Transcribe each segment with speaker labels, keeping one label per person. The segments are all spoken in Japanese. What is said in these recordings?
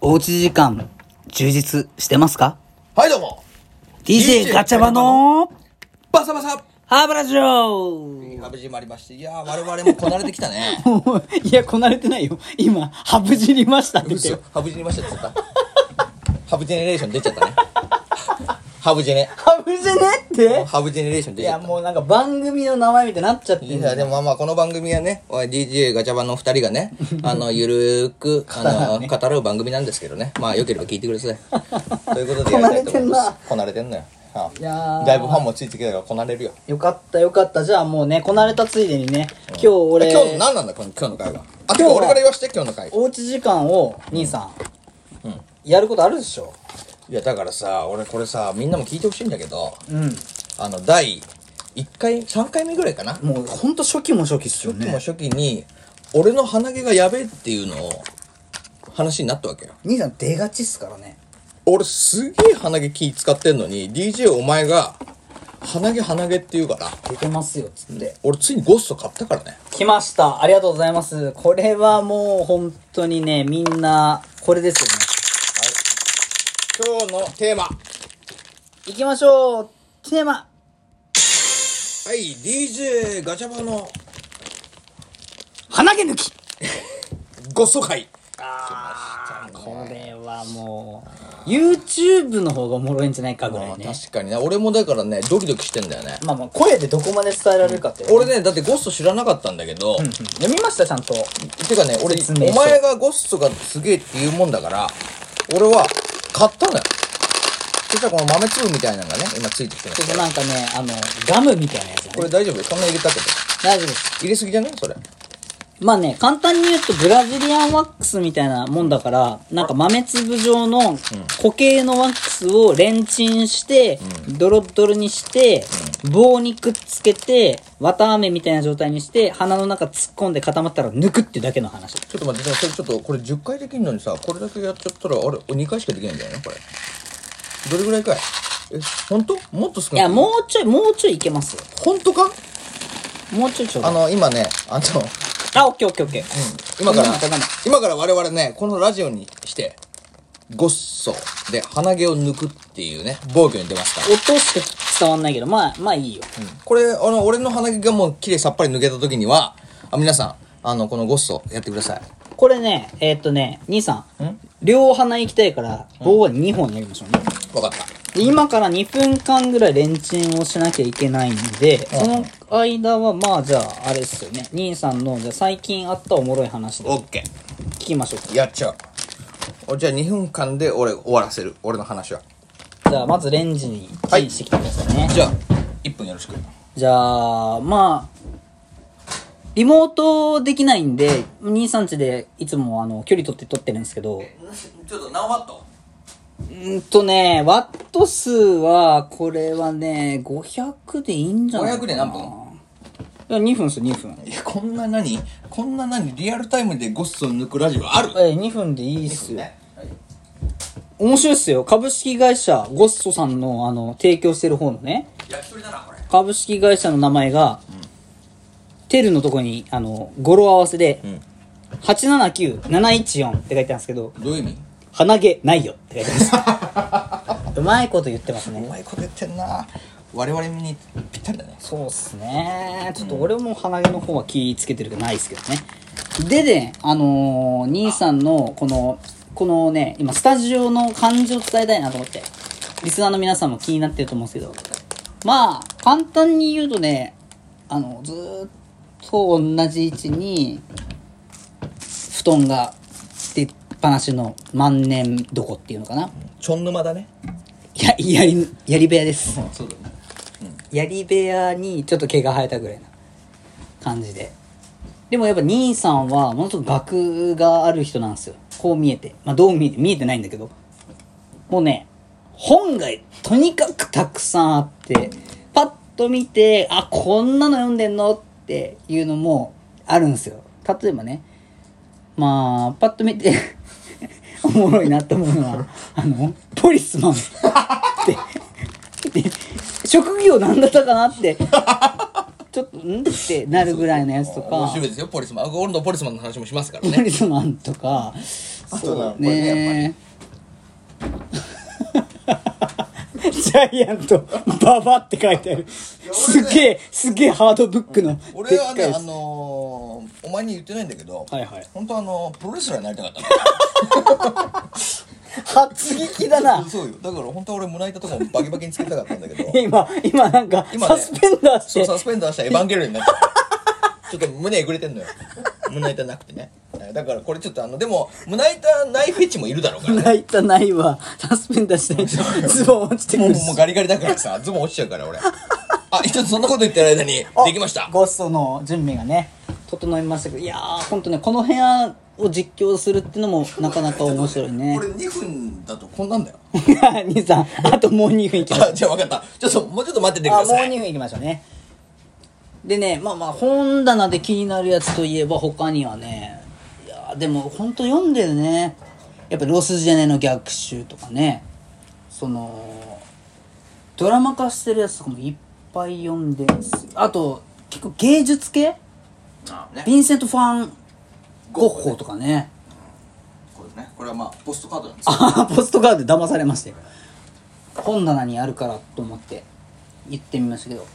Speaker 1: おうち時間、充実してますか
Speaker 2: はいどうも
Speaker 1: ?DJ ガチャバの、
Speaker 2: バサバサ
Speaker 1: ハーブラジオ。
Speaker 2: ハブジもありまして、いやー、我々もこなれてきたね
Speaker 1: もう いや、こなれてないよ。今、ハブじりましたって言って
Speaker 2: 嘘
Speaker 1: よ。、
Speaker 2: ハブジにましたって言っちゃった。ハブジェネレーション出ちゃったね。ハブジェネ。
Speaker 1: ハブじゃねって
Speaker 2: ハブジェネレーション
Speaker 1: い
Speaker 2: 出ちゃ
Speaker 1: や、
Speaker 2: った。
Speaker 1: もうなんか番組の名前みたいになっちゃって
Speaker 2: い
Speaker 1: ん
Speaker 2: や、
Speaker 1: だ
Speaker 2: で
Speaker 1: よ。
Speaker 2: もまあまあ、この番組はね、おい DJ ガチャバの二人がね、 あの、ゆるーく、あの、語る番組なんですけどね。まあ、よければ聞いてくだ さい。ということでやりたいと思います。こなれてんのよ。あ
Speaker 1: いやー
Speaker 2: だいぶファンもついてきたから、こなれるよ。
Speaker 1: よかったよかった。じゃあもうね、こなれたついでにね、今日俺、
Speaker 2: 今日、何なんだ、この今日の会は。あ、
Speaker 1: 今日
Speaker 2: 今日
Speaker 1: は
Speaker 2: 俺から言わして、今日の会。
Speaker 1: おうち時間を、兄さん、
Speaker 2: うん
Speaker 1: やることあるでしょ
Speaker 2: いや、だからさ、俺これさ、みんなも聞いてほしいんだけど、
Speaker 1: うん。
Speaker 2: あの、第1回、3回目ぐらいかな。
Speaker 1: もうほんと初期も初期っすよ
Speaker 2: 初期も
Speaker 1: ね。
Speaker 2: 初期に、俺の鼻毛がやべえっていうのを、話になったわけよ。
Speaker 1: 兄さん出がちっすからね。
Speaker 2: 俺すげえ鼻毛気使ってんのに、DJ お前が、鼻毛鼻毛って言うから、
Speaker 1: 出てますよ、つって。
Speaker 2: 俺ついにゴースト買ったからね。
Speaker 1: 来ました。ありがとうございます。これはもう本当にね、みんな、これですよね。
Speaker 2: 今日のテーマ。は
Speaker 1: 行きましょうテーマ
Speaker 2: い、DJ ガチャバの
Speaker 1: 鼻毛抜き
Speaker 2: ゴスト会。
Speaker 1: あー、これはもう、YouTube の方がおもろいんじゃないかぐらいね。
Speaker 2: 確かにね、俺もだからね、ドキドキしてんだよね。
Speaker 1: まあまあ、声でどこまで伝えられるかっていうね。
Speaker 2: 俺ね、だってゴスト知らなかったんだけど、
Speaker 1: 読みました、ちゃんと。
Speaker 2: てかね、俺、
Speaker 1: 説明書
Speaker 2: お前がゴストがすげえって言うもんだから、俺は買ったのよ。そしたらこの豆粒みたいなのがね、今ついてきてま
Speaker 1: ちょっ
Speaker 2: す。
Speaker 1: となんかね、あの、ガムみたいなやつだ
Speaker 2: こ
Speaker 1: ね。
Speaker 2: れ大丈夫そんな入れたけど。
Speaker 1: 大丈夫です。
Speaker 2: 入れすぎじゃないそれ。
Speaker 1: まあね、簡単に言うとブラジリアンワックスみたいなもんだから、なんか豆粒状の固形のワックスをレンチンして、ドロッドロにして、棒にくっつけて、綿飴みたいな状態にして、鼻の中突っ込んで固まったら抜くってだけの話。
Speaker 2: ちょっと待って、でもそれちょっと、これ10回できんのにさ、これだけやっちゃったら、あれ、2回しかできないんだよね、これ。どれぐらいかいえ、ほんともっと少
Speaker 1: い
Speaker 2: ない。
Speaker 1: や、もうちょい、もうちょいいけますよ。
Speaker 2: ほんとか
Speaker 1: もうちょいちょうだ
Speaker 2: あ
Speaker 1: い。
Speaker 2: の、今ね、あの、
Speaker 1: あ、オッケーオッケーオッケー。
Speaker 2: 今から
Speaker 1: うん頼む、
Speaker 2: 今から我々ね、このラジオにして、ゴッソで鼻毛を抜くっていうね、防御に出ますから。
Speaker 1: 音しか伝わんないけど、まあ、まあいいよ。
Speaker 2: これ、あの、俺の鼻毛がもう綺麗さっぱり抜けた時には、あ、皆さん、あの、このゴッソやってください。
Speaker 1: これね、えーっとね、兄さん
Speaker 2: ん、
Speaker 1: 両鼻行きたいから、棒は2本やりましょうね。
Speaker 2: わかった。
Speaker 1: で今から2分間ぐらいレンチンをしなきゃいけないんで、その間はまあじゃああれっすよね兄さんのじゃあ最近あったおもろい話で
Speaker 2: オッケ
Speaker 1: 聞きましょう
Speaker 2: ー。やっちゃう。おじゃあ2分間で俺終わらせる。俺の話は。
Speaker 1: かじゃあまずレンジにチンしてきてくださいね、
Speaker 2: じゃあ、1分よろしく。
Speaker 1: じゃあまあリモートできないんで兄さん家でいつもあの距離取って撮ってるんですけど
Speaker 2: ちょっと何ワット
Speaker 1: うーんとねワット数はこれはね500でいいんじゃないかな
Speaker 2: ?500 で何分
Speaker 1: いや2分っすよ2分
Speaker 2: いや、こんな何こんな何リアルタイムでゴッソを抜くラジオある
Speaker 1: え2分でいいっすよ
Speaker 2: ね。
Speaker 1: 面白いっすよ。株式会社ゴッソさんの、あの、提供してる方のね、
Speaker 2: 焼き鳥だな、これ。
Speaker 1: 株式会社の名前が、テルのとこに、あの、語呂合わせで、
Speaker 2: ん
Speaker 1: 879-714って書いてあるんですけど、
Speaker 2: どういう意味
Speaker 1: 鼻毛ないよって書いてあるんです。うまいこと言ってます
Speaker 2: う
Speaker 1: ね。
Speaker 2: まいこと言ってんな我々にぴったりだね
Speaker 1: そうっすね。ちょっと俺も鼻毛の方は気ぃつけてるけどないっすけどね。でね、あのー兄さんの、この、このね、今、スタジオの感じを伝えたいなと思って、リスナーの皆さんも気になってると思うんですけど、まあ、簡単に言うとね、あの、ずーっと同じ位置に、布団が出っ放しの万年床っていうのかな。
Speaker 2: ちょん沼だね
Speaker 1: いや、やり、やり部屋です。
Speaker 2: うんそうだね
Speaker 1: やり部屋にちょっと毛が生えたぐらいな感じででもやっぱ兄さんはものすごく学がある人なんですよこう見えてまあどう見えて見えてないんだけどもうね本がとにかくたくさんあってパッと見てあこんなの読んでんのっていうのもあるんですよ例えばねまあパッと見て おもろいなって思うのはあのポリスマンってで職業なんだったかなってちょっとんってなるぐらいのやつと
Speaker 2: 面
Speaker 1: か
Speaker 2: 白いですよポリスマンあ俺のポリスマンの話もしますから
Speaker 1: ポ
Speaker 2: ね
Speaker 1: リスマンとか
Speaker 2: そうなのこれねやっぱり
Speaker 1: ねえジャイアントババって書いてあるすげえすげえハードブックの
Speaker 2: 俺
Speaker 1: でっ
Speaker 2: は
Speaker 1: かい
Speaker 2: ね
Speaker 1: や
Speaker 2: あ
Speaker 1: つ
Speaker 2: のーお前に言ってないんだけど、
Speaker 1: はいはい
Speaker 2: 本当はあのプロレスラーになりたかったの
Speaker 1: 初撃だな
Speaker 2: そうよだから本当は俺胸板とかもバキバキにつけたかったんだけど
Speaker 1: 今今なんか
Speaker 2: 今ね
Speaker 1: サスペンダーし
Speaker 2: そう
Speaker 1: て
Speaker 2: サスペンダーしたらエヴァンゲリオンになっちゃったちょっと胸えぐれてんのよ胸板なくてねだからこれちょっとあのでも胸板ないフェチもいるだろ うからね
Speaker 1: 泣いたないわサスペンダーしてないズボン落ちて
Speaker 2: も
Speaker 1: く
Speaker 2: う
Speaker 1: る
Speaker 2: もうガリガリだからさズボン落ちちゃうから俺あちょっとそんなこと言ってる間にできました
Speaker 1: ゴッソの準備がね整いましたけどいやーほんとねこの部屋を実況するってのもなかなか面白いね
Speaker 2: これ2分だとこんなんだよ
Speaker 1: 兄さんあともう2分いきます
Speaker 2: あじゃあ分かったちょっともうちょっと待っててくださ
Speaker 1: あもう
Speaker 2: い
Speaker 1: 2分いきましょうねでねまあまあ本棚で気になるやつといえば他にはねいやーでも本当読んでるねやっぱ「ロスジェネの逆襲」とかねそのドラマ化してるやつとかもいっぱい読んでるんですよあと結構芸術系
Speaker 2: あね
Speaker 1: ヴィンセント・ファン・ゴッホとかね
Speaker 2: これねこれはまあポストカードなんです
Speaker 1: あーポストカードで騙されましたよ本棚にあるからと思って言ってみましたけど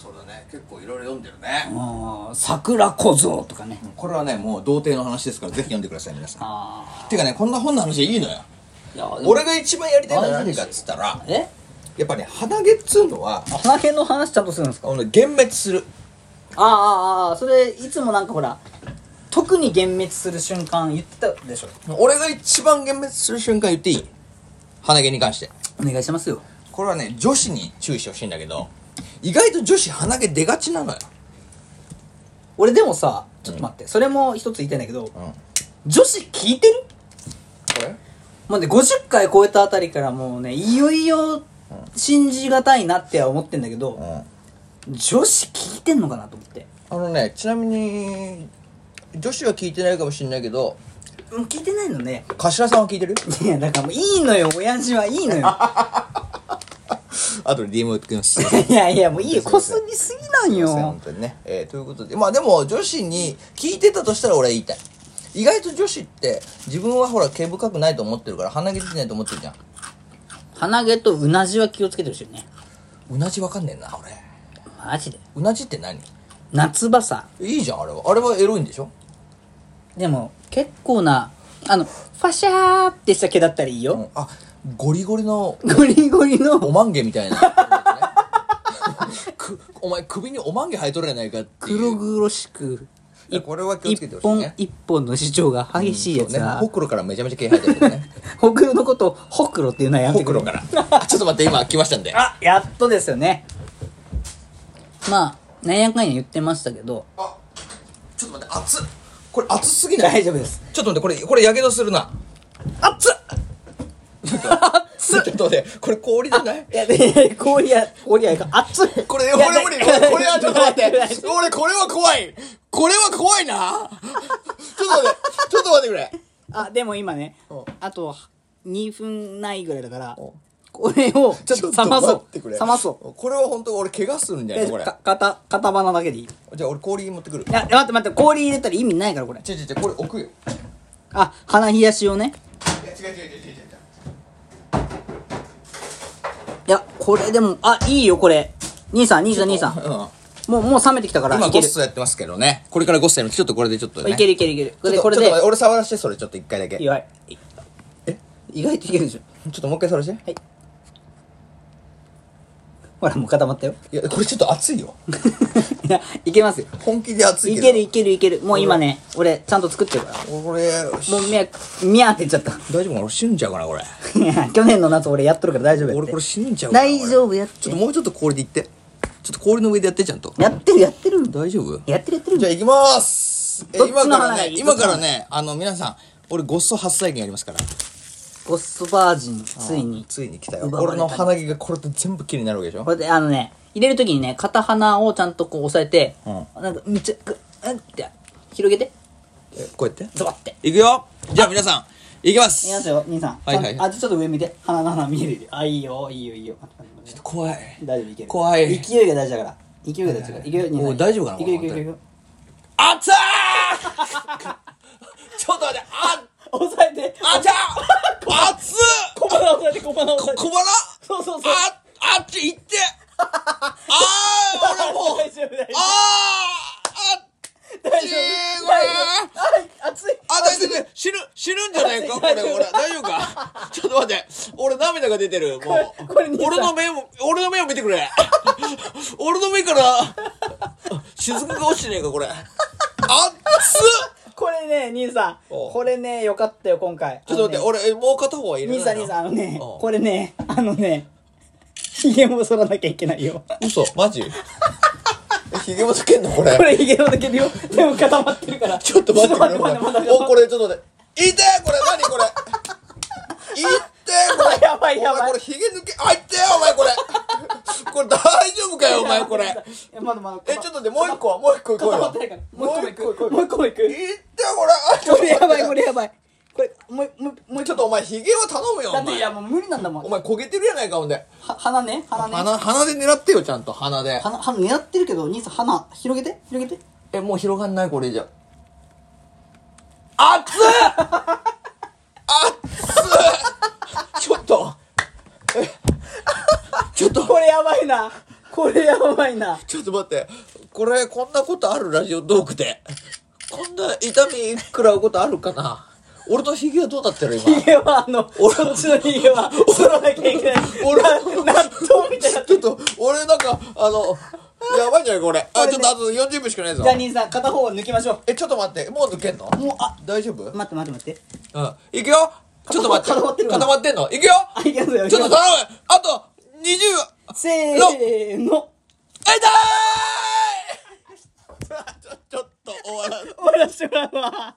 Speaker 2: そうだね結構いろいろ読んでるね
Speaker 1: あー桜小僧とかね
Speaker 2: これはねもう童貞の話ですからぜひ読んでください皆さん
Speaker 1: あ
Speaker 2: てかねこんな本の話いいのよ
Speaker 1: あいやでも
Speaker 2: 俺が一番やりたいのは
Speaker 1: 大事
Speaker 2: 何
Speaker 1: でしょ
Speaker 2: かっつったら
Speaker 1: え
Speaker 2: やっぱね鼻毛っつうのは
Speaker 1: 鼻毛の話ちゃんとするんですか
Speaker 2: あの幻滅する
Speaker 1: ああああそれいつもなんかほら特に幻滅する瞬間言ったでしょ
Speaker 2: 俺が一番幻滅する瞬間言っていい鼻毛に関して
Speaker 1: お願いしますよ
Speaker 2: これはね女子に注意してほしいんだけど意外と女子鼻毛出がちなのよ
Speaker 1: 俺でもさちょっと待って、それも一つ言いたいんだけど、
Speaker 2: こ
Speaker 1: 女子聞いてる
Speaker 2: れ
Speaker 1: もうね50回超えたあたりからもうねいよいよ信じがたいなっては思ってんだけど、
Speaker 2: うん
Speaker 1: 女子聞いてんのかなと思って
Speaker 2: あのねちなみに女子は聞いてないかもしれないけど
Speaker 1: うん聞いてないのね
Speaker 2: 頭さんは聞いてる
Speaker 1: いやだからもういいのよ親父はいいのよ
Speaker 2: あとで DM 送ってきます
Speaker 1: い やいやもういいよ
Speaker 2: そうで
Speaker 1: こ
Speaker 2: す
Speaker 1: す
Speaker 2: ね
Speaker 1: ぎすぎなん
Speaker 2: すいません
Speaker 1: よ
Speaker 2: 本当にね、えーということでまあでも女子に聞いてたとしたら俺は言いたい意外と女子って自分はほら毛深くないと思ってるから鼻毛出てないと思ってるじゃん
Speaker 1: 鼻毛とうなじは気をつけてほしいよね
Speaker 2: うなじわかんねえな俺
Speaker 1: マジで
Speaker 2: うなじって何
Speaker 1: 夏場さ
Speaker 2: いいじゃんあれはあれはエロいんでしょ
Speaker 1: でも結構なあのファシャーってした毛だったらいいよ、
Speaker 2: あゴリゴリの
Speaker 1: ゴリゴリの
Speaker 2: おまんげみたいな くお前首におまんげ生えとるやないかっていう
Speaker 1: 黒々しく
Speaker 2: いやこれは気をつけ
Speaker 1: 一
Speaker 2: てほしい
Speaker 1: 本
Speaker 2: ね
Speaker 1: 一本の主張が激しいやつ
Speaker 2: ね
Speaker 1: は、
Speaker 2: ほくろからめちゃめちゃ毛生えてるけど ね
Speaker 1: ほくろのことをほくろっていうのはやめ
Speaker 2: ほ
Speaker 1: てく
Speaker 2: く
Speaker 1: れ
Speaker 2: ろからあちょっと待って今来ましたんであ
Speaker 1: あやっとですよねまあなんやかんや言ってましたけど
Speaker 2: ちょっと待って熱っこれ熱すぎない
Speaker 1: 大丈夫です
Speaker 2: ちょっと待って、これ、これ、やけどするな。
Speaker 1: 熱っ
Speaker 2: ちょっと待って、これ氷じゃない
Speaker 1: いやいやいや氷や氷やいか熱い
Speaker 2: これ、
Speaker 1: い
Speaker 2: 俺
Speaker 1: や
Speaker 2: 無理、これ、これはちょっと待って。俺、これは怖い。これは怖いな。ちょっと待って、ちょっと待ってくれ。
Speaker 1: あでも今ね
Speaker 2: うん
Speaker 1: あと2分ないぐらいだから
Speaker 2: うん
Speaker 1: これを
Speaker 2: ちょっと
Speaker 1: 冷ま
Speaker 2: ちょっと
Speaker 1: そ
Speaker 2: 待ってく
Speaker 1: う
Speaker 2: れ。。
Speaker 1: 冷まそう
Speaker 2: これは本当俺、怪我するんじゃな
Speaker 1: う
Speaker 2: いこれ。
Speaker 1: か片片鼻だけでいいい
Speaker 2: じゃあ、俺、氷持ってくる。
Speaker 1: や待って待って氷入れたら意味ないからこれ
Speaker 2: ちょちょちょ、これ置くよ。
Speaker 1: あ鼻冷やしをね
Speaker 2: いや、違う違う違う違う違う。
Speaker 1: いやこれでもあいいよこれ兄さん兄さん兄さん
Speaker 2: うん。
Speaker 1: もうもう冷めてきたから
Speaker 2: 今、
Speaker 1: い
Speaker 2: ゴ
Speaker 1: け
Speaker 2: ッ
Speaker 1: る
Speaker 2: スやってますけどね。これからゴッスやるちょっとこれでちょっとね。
Speaker 1: いけるいけるいけるこれ
Speaker 2: ち
Speaker 1: で
Speaker 2: ょっ
Speaker 1: こ
Speaker 2: と
Speaker 1: れで
Speaker 2: ちょっと待って俺触らして、それ、ちょっと一回だけ。
Speaker 1: い
Speaker 2: ちょ
Speaker 1: やい
Speaker 2: え
Speaker 1: 意外といけるでしょ
Speaker 2: っともう一回触らして。
Speaker 1: ほらもう固まったよ
Speaker 2: いや、これちょっと熱いよ。
Speaker 1: いやいけますよ
Speaker 2: 本気で熱い
Speaker 1: い
Speaker 2: けど。
Speaker 1: けるいけるいけるもう今ね俺ちゃんと作ってるから
Speaker 2: 俺、
Speaker 1: もう目目当てちゃった
Speaker 2: 大丈夫かな俺死ぬんちゃうかなこれ。
Speaker 1: いや去年の夏俺やっとるから大丈夫やって
Speaker 2: 俺これ死ぬんちゃうかな
Speaker 1: 大丈夫
Speaker 2: 俺
Speaker 1: やって
Speaker 2: ちょっともうちょっと氷でいって。ちょっと氷の上でやってちゃんと。
Speaker 1: やってるやってる
Speaker 2: 大丈夫
Speaker 1: やってるやってる
Speaker 2: じゃあ行きまーすえ
Speaker 1: どっちの
Speaker 2: 今から
Speaker 1: 花が
Speaker 2: ね
Speaker 1: い、い
Speaker 2: 今からね、あの皆さん、俺ごっそ初体験やりますから。
Speaker 1: ゴッソバージンついに
Speaker 2: ついに来たよ。
Speaker 1: 奪われた
Speaker 2: 俺の鼻毛がこれと全部綺麗になるわけでしょ
Speaker 1: これであのね入れるときにね片鼻をちゃんとこう押さえて、
Speaker 2: う
Speaker 1: なんかめっちゃグッって広げて
Speaker 2: えこうやって
Speaker 1: ズバッて
Speaker 2: 行くよじゃあ皆さん、行きます
Speaker 1: いきますよ兄さん
Speaker 2: はいはい
Speaker 1: あちょっと上見て鼻の鼻見えるよあいいよいいよいいよ
Speaker 2: 怖い。
Speaker 1: 大丈夫いける
Speaker 2: 怖い
Speaker 1: 勢いが大事だから勢いが大事だからいけるよ兄さん
Speaker 2: おい大丈夫かない
Speaker 1: けるいけるいける
Speaker 2: 熱い ちょっと待って、あっ
Speaker 1: 押さえて鼻を押さえてそ
Speaker 2: こ小腹
Speaker 1: うそうそう
Speaker 2: ああっち行ってああ俺もう
Speaker 1: 大丈夫大丈夫大丈夫大
Speaker 2: あああちーこれ
Speaker 1: 丈夫あ熱い
Speaker 2: あ、大丈夫死ぬ、死ぬんじゃないかこれ、俺。大丈夫かちょっと待って。俺涙が出てる。もう。
Speaker 1: これこれ兄さん
Speaker 2: 俺の目も、俺の目を見てくれ。俺の目から、雫が落ちてねえか、これ。あっつ
Speaker 1: これね兄さん
Speaker 2: おう
Speaker 1: これねよかったよ今回
Speaker 2: ちょっと待って、
Speaker 1: あのね
Speaker 2: 俺、もう片方はいる
Speaker 1: 兄さん兄さんあのね
Speaker 2: おう
Speaker 1: これねあのねひげも剃らなきゃいけないよ
Speaker 2: 嘘、マジ ひげもつけんのこれ
Speaker 1: これひげのだけでよでも固まってるから
Speaker 2: ちょっと待ってくれ。
Speaker 1: ちょっと待って待って
Speaker 2: お、これちょっと待って。いてえこれ何これいってえこれ
Speaker 1: やばいやばい
Speaker 2: お前これヒゲ抜け、あいってえお前これこれ大丈夫かよお前これ
Speaker 1: いやまだまだ
Speaker 2: え、ちょっと待って、もう一個は、もう一個行こう
Speaker 1: 固ま
Speaker 2: よ
Speaker 1: ってないから。も
Speaker 2: も
Speaker 1: う
Speaker 2: う
Speaker 1: 一個も行
Speaker 2: 一個行こ
Speaker 1: く
Speaker 2: う
Speaker 1: もう一個も行く
Speaker 2: いってえこれあちょっ
Speaker 1: ことれ
Speaker 2: 待っ
Speaker 1: やばい
Speaker 2: て
Speaker 1: これやばいこれもうもうもう
Speaker 2: ち
Speaker 1: ちょっ
Speaker 2: ょ
Speaker 1: と
Speaker 2: っとお前ヒゲは頼むよ
Speaker 1: だ
Speaker 2: お
Speaker 1: ってい
Speaker 2: 前
Speaker 1: やもう無理なんだもん
Speaker 2: お前焦げてるやないかほんで
Speaker 1: は鼻ね鼻ね
Speaker 2: 鼻、鼻で狙ってよちゃんと鼻で
Speaker 1: 鼻鼻狙ってるけど兄さん鼻広げて広げて
Speaker 2: え、もう広がんないこれじゃ。 熱っ熱っちょっと。え、ちょっと、
Speaker 1: これやばいなこれやばいな
Speaker 2: ちょっと待って。これ、こんなことあるラジオトークで。こんな痛み食らうことあるかな俺のヒゲはどうなってる今
Speaker 1: ヒ。ゲはあのそっちのヒゲは剃らなきゃいけない
Speaker 2: 俺
Speaker 1: な納豆みたいになって
Speaker 2: ちょっと、俺なんか、あの、やばいんじゃないこれ。
Speaker 1: これ
Speaker 2: あ、
Speaker 1: ね
Speaker 2: ちょっとあと40分しかないぞ
Speaker 1: じゃあ。兄さん片方を抜きましょ
Speaker 2: え、ちょっと待って。もう抜けんの
Speaker 1: うもうあ
Speaker 2: 大丈夫
Speaker 1: 待って待って待って
Speaker 2: うん。いくよちょっと待って。
Speaker 1: 固まってる
Speaker 2: 固まってんのいくよ
Speaker 1: あいきますよい
Speaker 2: ち
Speaker 1: き
Speaker 2: ょ
Speaker 1: ま
Speaker 2: っと頼
Speaker 1: す
Speaker 2: むあと 20! えい
Speaker 1: せーの
Speaker 2: たーい ちょちょっと終わらん。
Speaker 1: 終わらせてもらうわ